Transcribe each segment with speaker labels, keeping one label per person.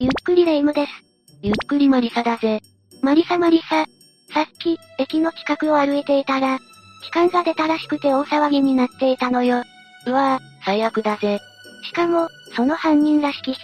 Speaker 1: ゆっくりレ夢ムです。
Speaker 2: ゆっくりマリサだぜ。
Speaker 1: マリサマリサ。さっき、駅の近くを歩いていたら、痴漢が出たらしくて大騒ぎになっていたのよ。
Speaker 2: うわぁ、最悪だぜ。
Speaker 1: しかも、その犯人らしき人、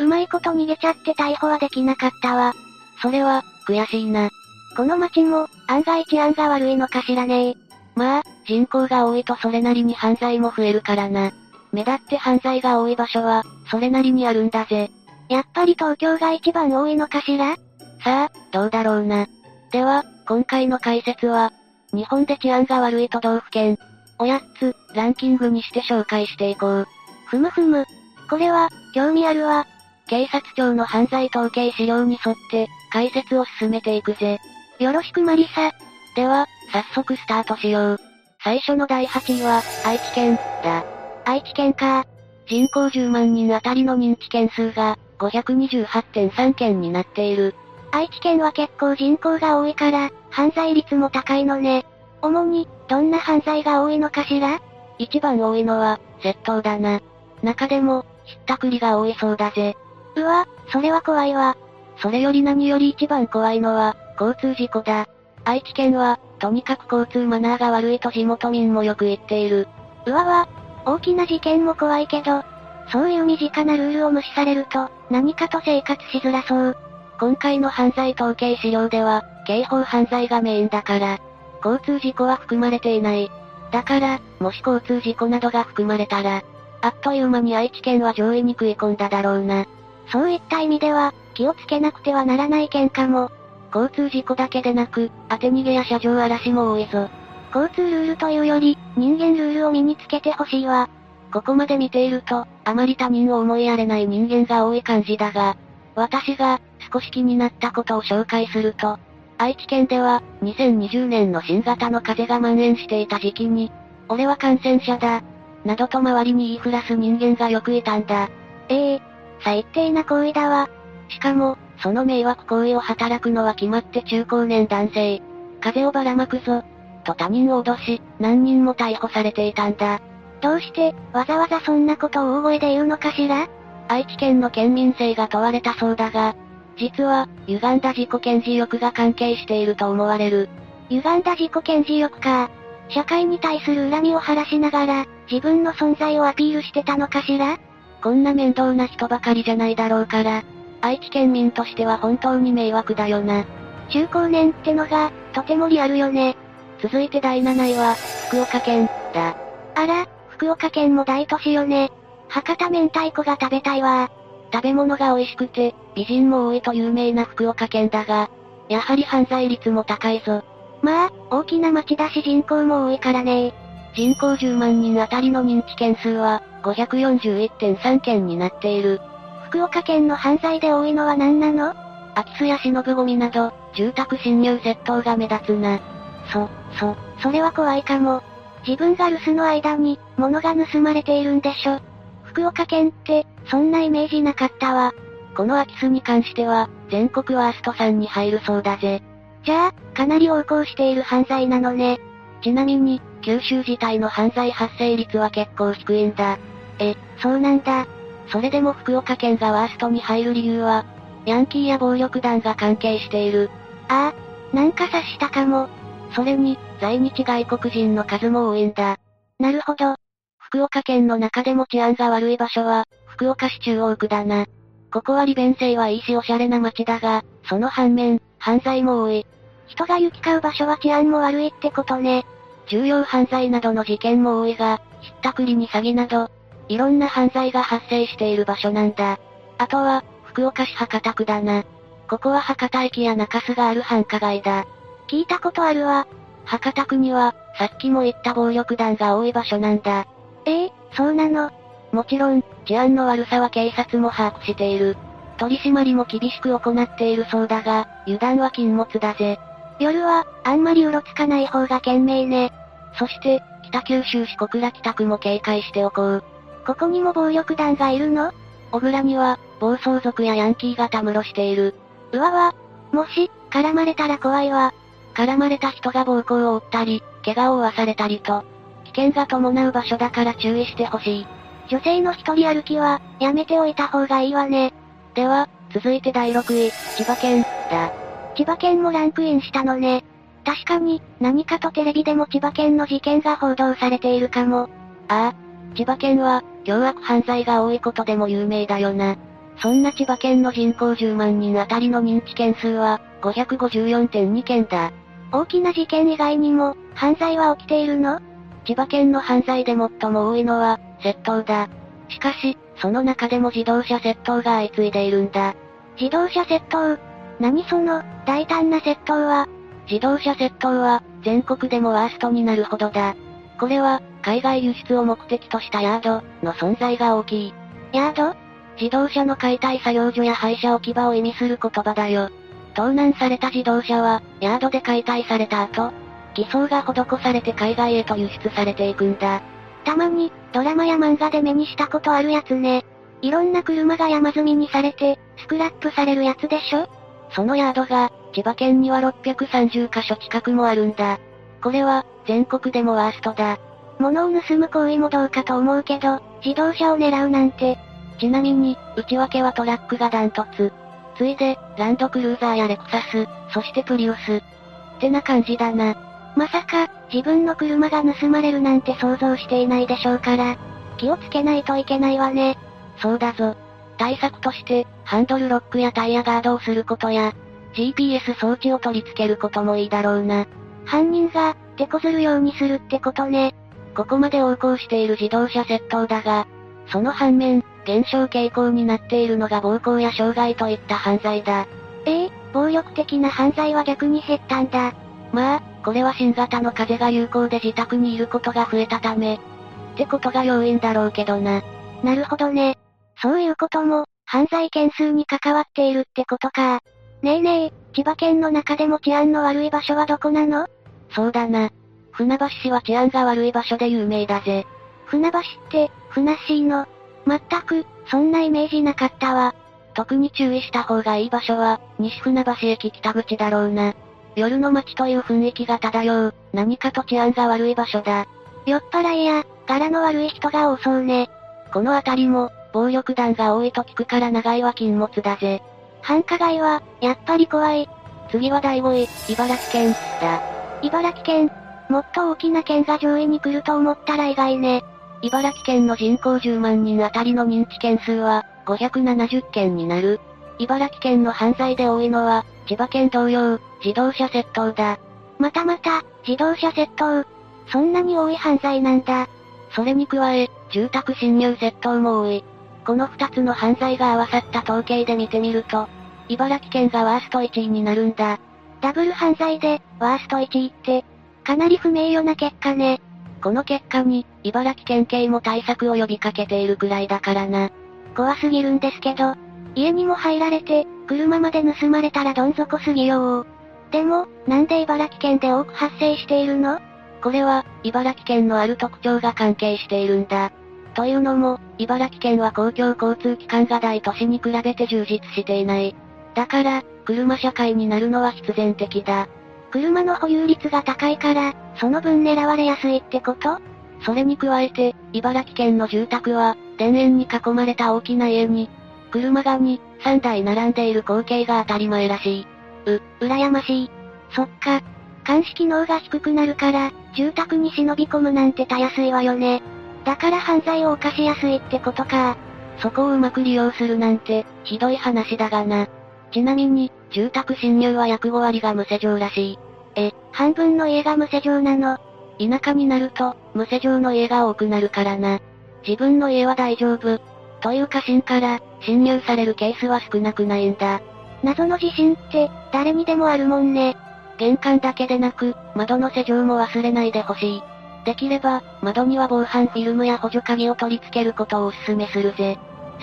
Speaker 1: うまいこと逃げちゃって逮捕はできなかったわ。
Speaker 2: それは、悔しいな。
Speaker 1: この街も、案外治安が悪いのかしらねえ。
Speaker 2: まあ、人口が多いとそれなりに犯罪も増えるからな。目立って犯罪が多い場所は、それなりにあるんだぜ。
Speaker 1: やっぱり東京が一番多いのかしら
Speaker 2: さあ、どうだろうな。では、今回の解説は、日本で治安が悪い都道府県、おやっつ、ランキングにして紹介していこう。
Speaker 1: ふむふむ。これは、興味あるわ。
Speaker 2: 警察庁の犯罪統計資料に沿って、解説を進めていくぜ。
Speaker 1: よろしくマリサ。
Speaker 2: では、早速スタートしよう。最初の第8位は、愛知県、だ。
Speaker 1: 愛知県か。
Speaker 2: 人口10万人あたりの認知件数が、528.3件になっている。
Speaker 1: 愛知県は結構人口が多いから、犯罪率も高いのね。主に、どんな犯罪が多いのかしら
Speaker 2: 一番多いのは、窃盗だな。中でも、ひったくりが多いそうだぜ。
Speaker 1: うわ、それは怖いわ。
Speaker 2: それより何より一番怖いのは、交通事故だ。愛知県は、とにかく交通マナーが悪いと地元民もよく言っている。
Speaker 1: うわわ。大きな事件も怖いけど、そういう身近なルールを無視されると、何かと生活しづらそう。
Speaker 2: 今回の犯罪統計資料では、刑法犯罪がメインだから、交通事故は含まれていない。だから、もし交通事故などが含まれたら、あっという間に愛知県は上位に食い込んだだろうな。
Speaker 1: そういった意味では、気をつけなくてはならない件かも。
Speaker 2: 交通事故だけでなく、当て逃げや車上荒らしも多いぞ。
Speaker 1: 交通ルールというより、人間ルールを身につけてほしいわ。
Speaker 2: ここまで見ていると、あまり他人を思いやれない人間が多い感じだが、私が少し気になったことを紹介すると、愛知県では2020年の新型の風邪が蔓延していた時期に、俺は感染者だ、などと周りに言いふらす人間がよくいたんだ。
Speaker 1: ええ最低な行為だわ。
Speaker 2: しかも、その迷惑行為を働くのは決まって中高年男性。風をばらまくぞ、と他人を脅し、何人も逮捕されていたんだ。
Speaker 1: どうして、わざわざそんなことを大声で言うのかしら
Speaker 2: 愛知県の県民性が問われたそうだが、実は、歪んだ自己顕示欲が関係していると思われる。
Speaker 1: 歪んだ自己顕示欲か。社会に対する恨みを晴らしながら、自分の存在をアピールしてたのかしら
Speaker 2: こんな面倒な人ばかりじゃないだろうから、愛知県民としては本当に迷惑だよな。
Speaker 1: 中高年ってのが、とてもリアルよね。
Speaker 2: 続いて第7位は、福岡県、だ。
Speaker 1: あら、福岡県も大都市よね。博多明太子が食べたいわ。
Speaker 2: 食べ物が美味しくて、美人も多いと有名な福岡県だが、やはり犯罪率も高いぞ。
Speaker 1: まあ、大きな町だし人口も多いからね。
Speaker 2: 人口10万人あたりの認知件数は、541.3件になっている。
Speaker 1: 福岡県の犯罪で多いのは何なの
Speaker 2: 空き巣や忍ぶゴミなど、住宅侵入窃盗が目立つな。そ、そ、
Speaker 1: それは怖いかも。自分が留守の間に、物が盗まれているんでしょ。福岡県って、そんなイメージなかったわ。
Speaker 2: この空き巣に関しては、全国ワースト3に入るそうだぜ。
Speaker 1: じゃあ、かなり横行している犯罪なのね。
Speaker 2: ちなみに、九州自体の犯罪発生率は結構低いんだ。
Speaker 1: そうなんだ。
Speaker 2: それでも福岡県がワーストに入る理由は、ヤンキーや暴力団が関係している。
Speaker 1: ああ、なんか察したかも。
Speaker 2: それに、在日外国人の数も多いんだ。
Speaker 1: なるほど。
Speaker 2: 福岡県の中でも治安が悪い場所は、福岡市中央区だな。ここは利便性はいいしおしゃれな街だが、その反面、犯罪も多い。
Speaker 1: 人が行き交う場所は治安も悪いってことね。
Speaker 2: 重要犯罪などの事件も多いが、ひったくりに詐欺など、いろんな犯罪が発生している場所なんだ。あとは、福岡市博多区だな。ここは博多駅や中洲がある繁華街だ。
Speaker 1: 聞いたことあるわ。
Speaker 2: 博多区には、さっきも言った暴力団が多い場所なんだ。
Speaker 1: ええそうなの。
Speaker 2: もちろん、治安の悪さは警察も把握している。取り締まりも厳しく行っているそうだが、油断は禁物だぜ。
Speaker 1: 夜は、あんまりうろつかない方が賢明ね。
Speaker 2: そして、北九州市小倉北区も警戒しておこう。
Speaker 1: ここにも暴力団がいるの
Speaker 2: 小倉には、暴走族やヤンキーがたむろしている。
Speaker 1: うわわ。もし、絡まれたら怖いわ。
Speaker 2: 絡まれた人が暴行を負ったり、怪我を負わされたりと、危険が伴う場所だから注意してほしい。
Speaker 1: 女性の一人歩きは、やめておいた方がいいわね。
Speaker 2: では、続いて第6位、千葉県、だ。
Speaker 1: 千葉県もランクインしたのね。確かに、何かとテレビでも千葉県の事件が報道されているかも。
Speaker 2: ああ、千葉県は、凶悪犯罪が多いことでも有名だよな。そんな千葉県の人口10万人あたりの認知件数は、554.2件だ。
Speaker 1: 大きな事件以外にも、犯罪は起きているの
Speaker 2: 千葉県の犯罪で最も多いのは、窃盗だ。しかし、その中でも自動車窃盗が相次いでいるんだ。
Speaker 1: 自動車窃盗何その、大胆な窃盗は、
Speaker 2: 自動車窃盗は、全国でもワーストになるほどだ。これは、海外輸出を目的としたヤードの存在が大きい。
Speaker 1: ヤード
Speaker 2: 自動車の解体作業所や廃車置き場を意味する言葉だよ。盗難された自動車は、ヤードで解体された後、偽装が施されて海外へと輸出されていくんだ。
Speaker 1: たまに、ドラマや漫画で目にしたことあるやつね。いろんな車が山積みにされて、スクラップされるやつでしょ
Speaker 2: そのヤードが、千葉県には630カ所近くもあるんだ。これは、全国でもワーストだ。
Speaker 1: 物を盗む行為もどうかと思うけど、自動車を狙うなんて。
Speaker 2: ちなみに、内訳はトラックがダントツ。ついで、ランドクルーザーやレクサス、そしてプリウス。ってな感じだな。
Speaker 1: まさか、自分の車が盗まれるなんて想像していないでしょうから、気をつけないといけないわね。
Speaker 2: そうだぞ。対策として、ハンドルロックやタイヤガードをすることや、GPS 装置を取り付けることもいいだろうな。
Speaker 1: 犯人が、手こずるようにするってことね。
Speaker 2: ここまで横行している自動車窃盗だが、その反面、減少傾向になっているのが暴行や傷害といった犯罪だ。
Speaker 1: ええー、暴力的な犯罪は逆に減ったんだ。
Speaker 2: まあ、これは新型の風邪が有効で自宅にいることが増えたため、ってことが要因だろうけどな。
Speaker 1: なるほどね。そういうことも、犯罪件数に関わっているってことか。ねえねえ、千葉県の中でも治安の悪い場所はどこなの
Speaker 2: そうだな。船橋市は治安が悪い場所で有名だぜ。
Speaker 1: 船橋って、船市の。まったく、そんなイメージなかったわ。
Speaker 2: 特に注意した方がいい場所は、西船橋駅北口だろうな。夜の街という雰囲気が漂う、何かと治安が悪い場所だ。
Speaker 1: 酔っ払いや、柄の悪い人が多そうね。
Speaker 2: この辺りも、暴力団が多いと聞くから長いは禁物だぜ。
Speaker 1: 繁華街は、やっぱり怖い。
Speaker 2: 次は第5位、茨城県、だ。
Speaker 1: 茨城県。もっと大きな県が上位に来ると思ったら意外ね。
Speaker 2: 茨城県の人口10万人あたりの認知件数は、570件になる。茨城県の犯罪で多いのは、千葉県同様、自動車窃盗だ。
Speaker 1: またまた、自動車窃盗。そんなに多い犯罪なんだ。
Speaker 2: それに加え、住宅侵入窃盗も多い。この二つの犯罪が合わさった統計で見てみると、茨城県がワースト1位になるんだ。
Speaker 1: ダブル犯罪で、ワースト1位って、かなり不名誉な結果ね。
Speaker 2: この結果に、茨城県警も対策を呼びかけているくらいだからな。
Speaker 1: 怖すぎるんですけど、家にも入られて、車まで盗まれたらどん底すぎよでも、なんで茨城県で多く発生しているの
Speaker 2: これは、茨城県のある特徴が関係しているんだ。というのも、茨城県は公共交通機関が大都市に比べて充実していない。だから、車社会になるのは必然的だ。
Speaker 1: 車の保有率が高いから、その分狙われやすいってこと
Speaker 2: それに加えて、茨城県の住宅は、田園に囲まれた大きな家に、車が2、3台並んでいる光景が当たり前らし
Speaker 1: い。う、羨ましい。そっか。監視機能が低くなるから、住宅に忍び込むなんてたやすいわよね。だから犯罪を犯しやすいってことか。
Speaker 2: そこをうまく利用するなんて、ひどい話だがな。ちなみに、住宅侵入は約5割が無施錠らしい。
Speaker 1: え、半分の家が無施錠なの。
Speaker 2: 田舎になると、無施錠の家が多くなるからな。自分の家は大丈夫。という過信から、侵入されるケースは少なくないんだ。
Speaker 1: 謎の地震って、誰にでもあるもんね。
Speaker 2: 玄関だけでなく、窓の施錠も忘れないでほしい。できれば、窓には防犯フィルムや補助鍵を取り付けることをお勧めするぜ。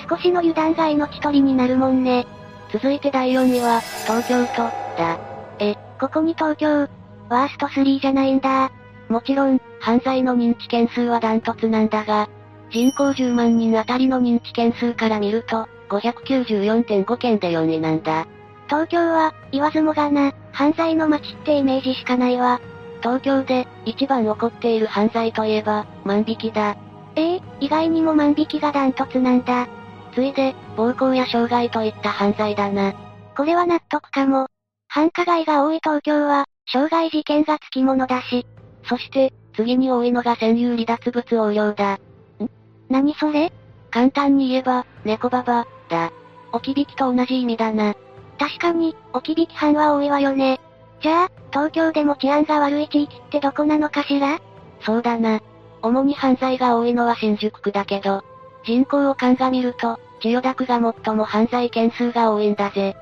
Speaker 1: 少しの油断が命取りになるもんね。
Speaker 2: 続いて第4位は、東京都、だ。
Speaker 1: え、ここに東京、ワースト3じゃないんだ。
Speaker 2: もちろん、犯罪の認知件数はダントツなんだが、人口10万人あたりの認知件数から見ると、594.5件で4位なんだ。
Speaker 1: 東京は、言わずもがな、犯罪の街ってイメージしかないわ。
Speaker 2: 東京で、一番起こっている犯罪といえば、万引きだ。
Speaker 1: ええー、意外にも万引きがダントツなんだ。
Speaker 2: ついで、暴行や傷害といった犯罪だな。
Speaker 1: これは納得かも。繁華街が多い東京は、傷害事件がつきものだし。
Speaker 2: そして、次に多いのが占有離脱物横領だ。
Speaker 1: 何それ
Speaker 2: 簡単に言えば、猫ババ、だ。置き引きと同じ意味だな。
Speaker 1: 確かに、置き引き犯は多いわよね。じゃあ、東京でも治安が悪い地域ってどこなのかしら
Speaker 2: そうだな。主に犯罪が多いのは新宿区だけど、人口を鑑みると、千代田区が最も犯罪件数が多いんだぜ。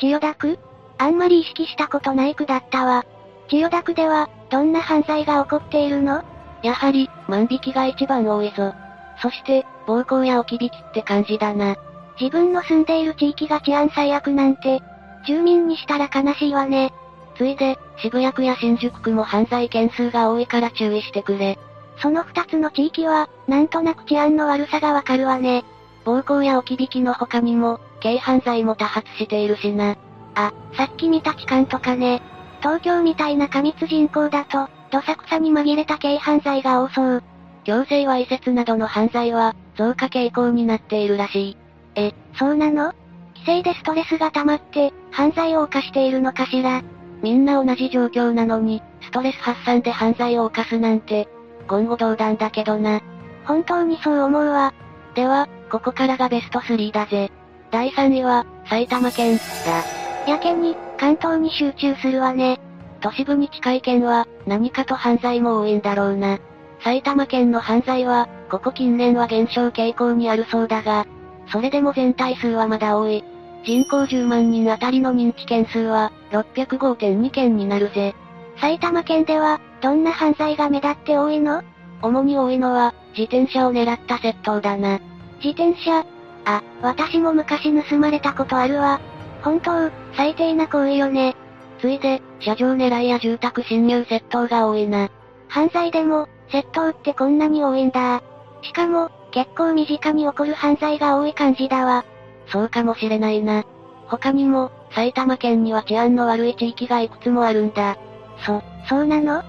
Speaker 1: 千代田区あんまり意識したことない区だったわ。千代田区では、どんな犯罪が起こっているの
Speaker 2: やはり、万引きが一番多いぞ。そして、暴行や置き引きって感じだな。
Speaker 1: 自分の住んでいる地域が治安最悪なんて、住民にしたら悲しいわね。
Speaker 2: ついで、渋谷区や新宿区も犯罪件数が多いから注意してくれ。
Speaker 1: その二つの地域は、なんとなく治安の悪さがわかるわね。
Speaker 2: 暴行や置き引きの他にも、軽犯罪も多発しているしな。
Speaker 1: あ、さっき見た痴漢とかね。東京みたいな過密人口だと、どさくさに紛れた軽犯罪が多そう。
Speaker 2: 強制わいせつなどの犯罪は、増加傾向になっているらしい。
Speaker 1: そうなの規制でストレスが溜まって、犯罪を犯しているのかしら。
Speaker 2: みんな同じ状況なのに、ストレス発散で犯罪を犯すなんて、言語道断だけどな。
Speaker 1: 本当にそう思うわ。
Speaker 2: では、ここからがベスト3だぜ。第3位は、埼玉県、だ。
Speaker 1: やけに、関東に集中するわね。
Speaker 2: 都市部に近い県は、何かと犯罪も多いんだろうな。埼玉県の犯罪は、ここ近年は減少傾向にあるそうだが、それでも全体数はまだ多い。人口10万人あたりの認知件数は、605.2件になるぜ。
Speaker 1: 埼玉県では、どんな犯罪が目立って多いの
Speaker 2: 主に多いのは、自転車を狙った窃盗だな。
Speaker 1: 自転車。あ、私も昔盗まれたことあるわ。本当、最低な行為よね。
Speaker 2: ついで、車上狙いや住宅侵入窃盗が多いな。
Speaker 1: 犯罪でも、窃盗ってこんなに多いんだ。しかも、結構身近に起こる犯罪が多い感じだわ。
Speaker 2: そうかもしれないな。他にも、埼玉県には治安の悪い地域がいくつもあるんだ。
Speaker 1: そ、そうなの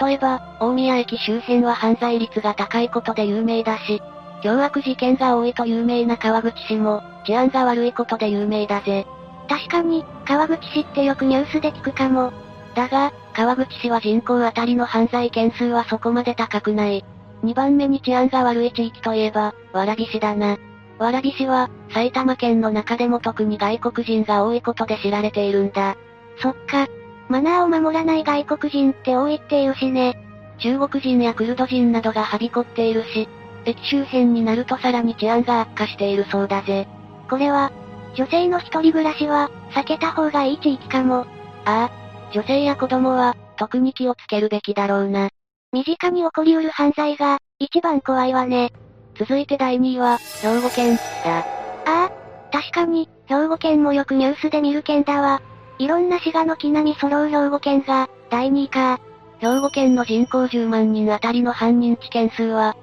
Speaker 2: 例えば、大宮駅周辺は犯罪率が高いことで有名だし、凶悪事件が多いと有名な川口市も、治安が悪いことで有名だぜ。
Speaker 1: 確かに、川口市ってよくニュースで聞くかも。
Speaker 2: だが、川口市は人口あたりの犯罪件数はそこまで高くない。2番目に治安が悪い地域といえば、蕨市だな。蕨市は、埼玉県の中でも特に外国人が多いことで知られているんだ。
Speaker 1: そっか。マナーを守らない外国人って多いっていうしね。
Speaker 2: 中国人やクルド人などがはびこっているし、駅周辺になるとさらに治安が悪化しているそうだぜ。
Speaker 1: これは、女性の一人暮らしは、避けた方がいい地域かも。
Speaker 2: ああ、女性や子供は、特に気をつけるべきだろうな。
Speaker 1: 身近に起こりうる犯罪が、一番怖いわね。
Speaker 2: 続いて第2位は、兵庫県、だ。
Speaker 1: ああ、確かに、兵庫県もよくニュースで見る県だわ。いろんな滋賀の木並み揃う兵庫県が、第2位か。
Speaker 2: 兵庫県の人口10万人あたりの犯人知件数は、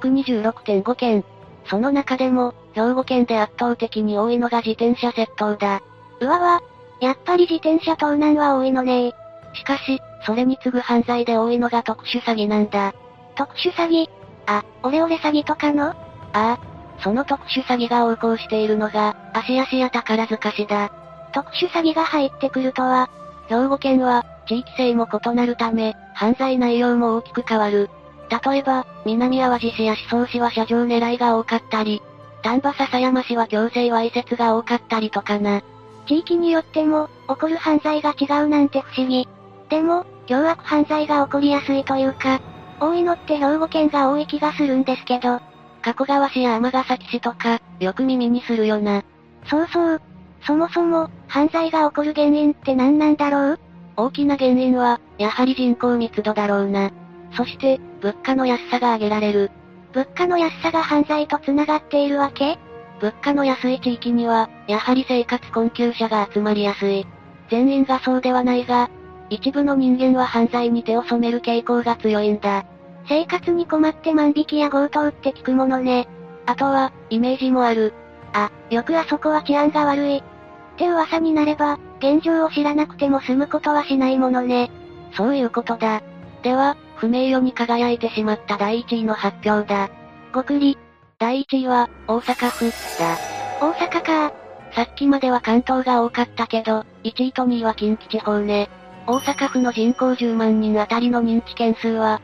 Speaker 2: 626.5件。その中でも、兵庫県で圧倒的に多いのが自転車窃盗だ。
Speaker 1: うわわ。やっぱり自転車盗難は多いのね
Speaker 2: しかし、それに次ぐ犯罪で多いのが特殊詐欺なんだ。
Speaker 1: 特殊詐欺。あ、オレオレ詐欺とかの
Speaker 2: ああ、その特殊詐欺が横行しているのが、芦屋市や宝塚市だ。
Speaker 1: 特殊詐欺が入ってくるとは、
Speaker 2: 兵庫県は、地域性も異なるため、犯罪内容も大きく変わる。例えば、南淡路市や思想市は車上狙いが多かったり、丹波篠山市は強制わいせつが多かったりとかな。
Speaker 1: 地域によっても、起こる犯罪が違うなんて不思議。でも、凶悪犯罪が起こりやすいというか、多いのって兵庫県が多い気がするんですけど、
Speaker 2: 加古川市や尼崎市とか、よく耳にするよな。
Speaker 1: そうそう。そもそも、犯罪が起こる原因って何なんだろう
Speaker 2: 大きな原因は、やはり人口密度だろうな。そして、物価の安さが挙げられる。
Speaker 1: 物価の安さが犯罪と繋がっているわけ
Speaker 2: 物価の安い地域には、やはり生活困窮者が集まりやすい。全員がそうではないが、一部の人間は犯罪に手を染める傾向が強いんだ。
Speaker 1: 生活に困って万引きや強盗って聞くものね。
Speaker 2: あとは、イメージもある。
Speaker 1: あ、よくあそこは治安が悪い。って噂になれば、現状を知らなくても済むことはしないものね。
Speaker 2: そういうことだ。では、不名誉に輝いてしまった第1位の発表だ。
Speaker 1: ごくり。
Speaker 2: 第1位は、大阪府、だ。
Speaker 1: 大阪か
Speaker 2: さっきまでは関東が多かったけど、1位と2位は近畿地方ね。大阪府の人口10万人あたりの認知件数は、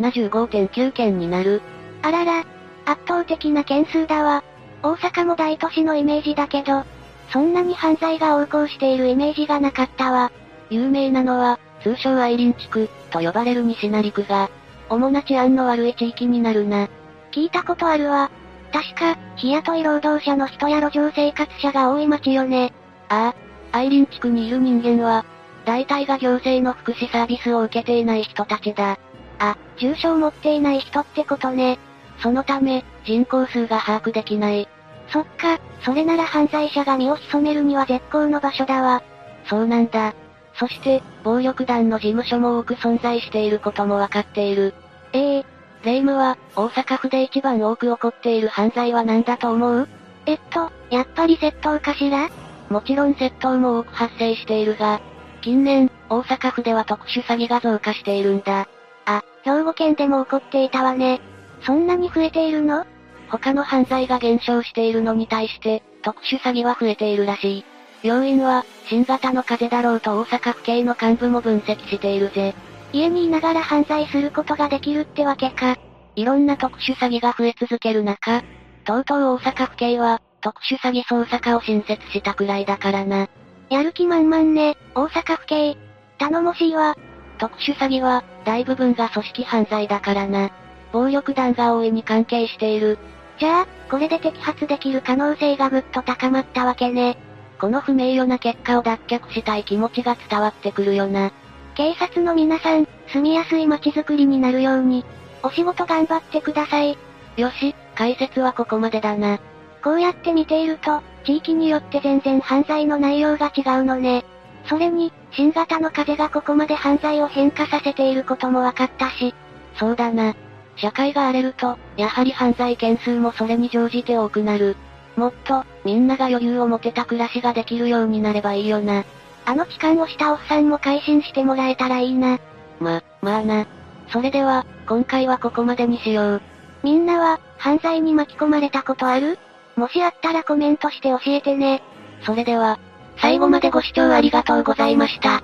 Speaker 2: 775.9件になる。
Speaker 1: あらら。圧倒的な件数だわ。大阪も大都市のイメージだけど、そんなに犯罪が横行しているイメージがなかったわ。
Speaker 2: 有名なのは、通称アイリン地区、と呼ばれる西成区が、主な治安の悪い地域になるな。
Speaker 1: 聞いたことあるわ。確か、日雇い労働者の人や路上生活者が多い町よね。
Speaker 2: ああ、アイリン地区にいる人間は、大体が行政の福祉サービスを受けていない人たちだ。
Speaker 1: あ、重症持っていない人ってことね。
Speaker 2: そのため、人口数が把握できない。
Speaker 1: そっか、それなら犯罪者が身を潜めるには絶好の場所だわ。
Speaker 2: そうなんだ。そして、暴力団の事務所も多く存在していることもわかっている。
Speaker 1: ええー、
Speaker 2: 霊夢は、大阪府で一番多く起こっている犯罪は何だと思う
Speaker 1: えっと、やっぱり窃盗かしら
Speaker 2: もちろん窃盗も多く発生しているが、近年、大阪府では特殊詐欺が増加しているんだ。
Speaker 1: あ、兵庫県でも起こっていたわね。そんなに増えているの
Speaker 2: 他の犯罪が減少しているのに対して、特殊詐欺は増えているらしい。要因は、新型の風邪だろうと大阪府警の幹部も分析しているぜ。
Speaker 1: 家にいながら犯罪することができるってわけか。
Speaker 2: いろんな特殊詐欺が増え続ける中、とうとう大阪府警は、特殊詐欺捜査課を新設したくらいだからな。
Speaker 1: やる気満々ね、大阪府警。頼もしいわ。
Speaker 2: 特殊詐欺は、大部分が組織犯罪だからな。暴力団が大いに関係している。
Speaker 1: じゃあ、これで摘発できる可能性がぐっと高まったわけね。
Speaker 2: この不名誉な結果を脱却したい気持ちが伝わってくるよな。
Speaker 1: 警察の皆さん、住みやすい街づくりになるように、お仕事頑張ってください。
Speaker 2: よし、解説はここまでだな。
Speaker 1: こうやって見ていると、地域によって全然犯罪の内容が違うのね。それに、新型の風がここまで犯罪を変化させていることも分かったし。
Speaker 2: そうだな。社会が荒れると、やはり犯罪件数もそれに乗じて多くなる。もっと、みんなが余裕を持てた暮らしができるようになればいいよな。
Speaker 1: あの痴漢をしたおっさんも改心してもらえたらいいな。
Speaker 2: ま、まあな。それでは、今回はここまでにしよう。
Speaker 1: みんなは、犯罪に巻き込まれたことあるもしあったらコメントして教えてね。
Speaker 2: それでは、最後までご視聴ありがとうございました。